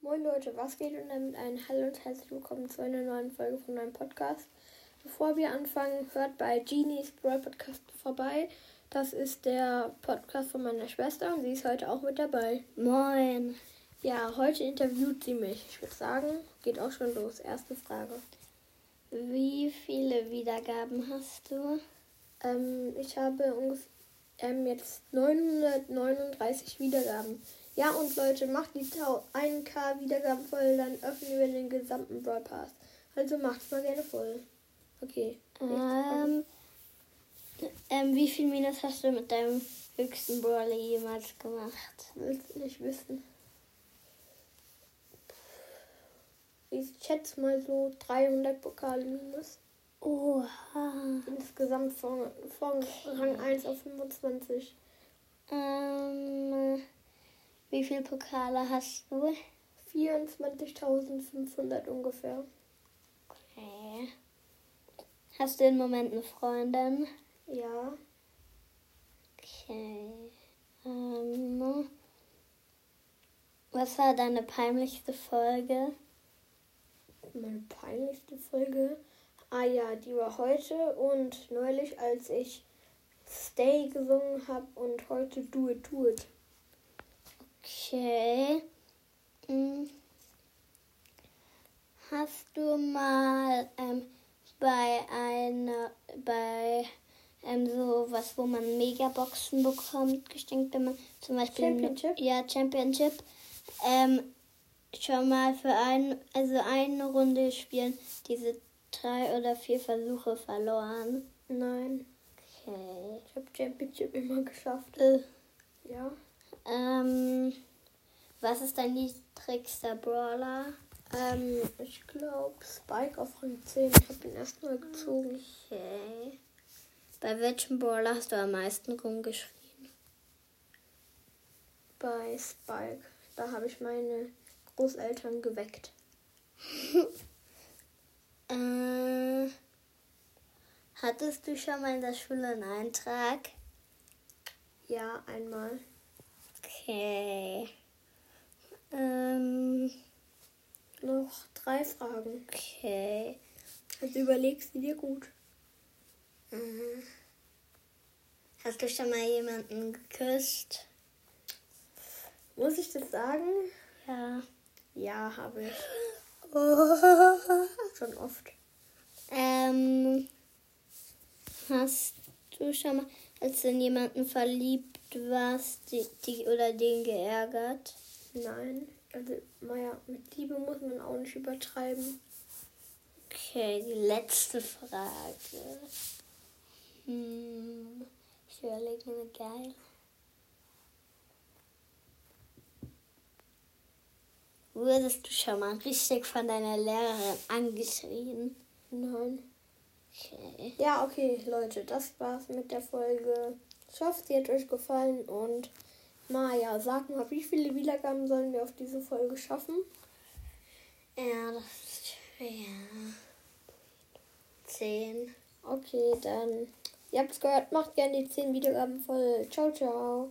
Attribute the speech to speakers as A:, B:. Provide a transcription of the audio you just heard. A: Moin Leute, was geht und damit ein Hallo und herzlich willkommen zu einer neuen Folge von meinem Podcast. Bevor wir anfangen, hört bei Genies Brawl Podcast vorbei. Das ist der Podcast von meiner Schwester und sie ist heute auch mit dabei.
B: Moin.
A: Ja, heute interviewt sie mich. Ich würde sagen, geht auch schon los. Erste Frage.
B: Wie viele Wiedergaben hast du?
A: Ähm, ich habe ungefähr ähm, jetzt 939 Wiedergaben. Ja, und Leute, macht die 1K Wiedergaben voll, dann öffnen wir den gesamten Broadcast. Also macht's mal gerne voll. Okay. nächste Frage.
B: Ähm, ähm, wie viel Minus hast du mit deinem höchsten Brawler jemals gemacht?
A: Willst du nicht wissen? Ich schätze mal so 300 Pokale minus.
B: Oha.
A: Insgesamt von, von Rang 1 auf 25.
B: Ähm, wie viele Pokale hast du?
A: 24.500 ungefähr.
B: Okay. Hast du im Moment eine Freundin?
A: Ja.
B: Okay. Ähm, was war deine peinlichste Folge?
A: Meine peinlichste Folge. Ah ja, die war heute und neulich, als ich Stay gesungen habe und heute Do It, Do It.
B: Okay. Hm. Hast du mal ähm, bei einer, bei ähm, so was, wo man Megaboxen bekommt, geschenkt, wenn man zum Beispiel
A: Championship?
B: ja Championship ähm, schon mal für ein, also eine Runde spielen, diese drei oder vier Versuche verloren?
A: Nein,
B: Okay.
A: ich habe Championship immer geschafft.
B: Äh,
A: Ja.
B: ähm, was ist dein niedrigster Brawler?
A: Ähm, ich glaube Spike auf Rang 10. Ich habe ihn erstmal gezogen.
B: Okay. Bei welchem Brawler hast du am meisten rumgeschrien?
A: Bei Spike. Da habe ich meine Großeltern geweckt.
B: Äh, hattest du schon mal in der Schule einen Eintrag?
A: Ja, einmal.
B: Okay. Ähm,
A: Noch drei Fragen.
B: okay.
A: Also überlegst du dir gut.
B: Äh, hast du schon mal jemanden geküsst?
A: Muss ich das sagen?
B: Ja.
A: Ja, habe ich. Schon oft.
B: Ähm, hast du schon mal, als du in jemanden verliebt warst, die, die oder den geärgert?
A: Nein. Also, naja, mit Liebe muss man auch nicht übertreiben.
B: Okay, die letzte Frage. Hm, ich überlege mir eine geile. Wurdest du schon mal richtig von deiner Lehrerin angeschrien?
A: Nein.
B: Okay.
A: Ja, okay, Leute, das war's mit der Folge. Ich hoffe, sie hat euch gefallen und Maja, sag mal, wie viele Wiedergaben sollen wir auf diese Folge schaffen?
B: Ja, das ist schwer. Zehn.
A: Okay, dann, ihr habt's gehört, macht gerne die 10 Wiedergaben voll. Ciao, ciao.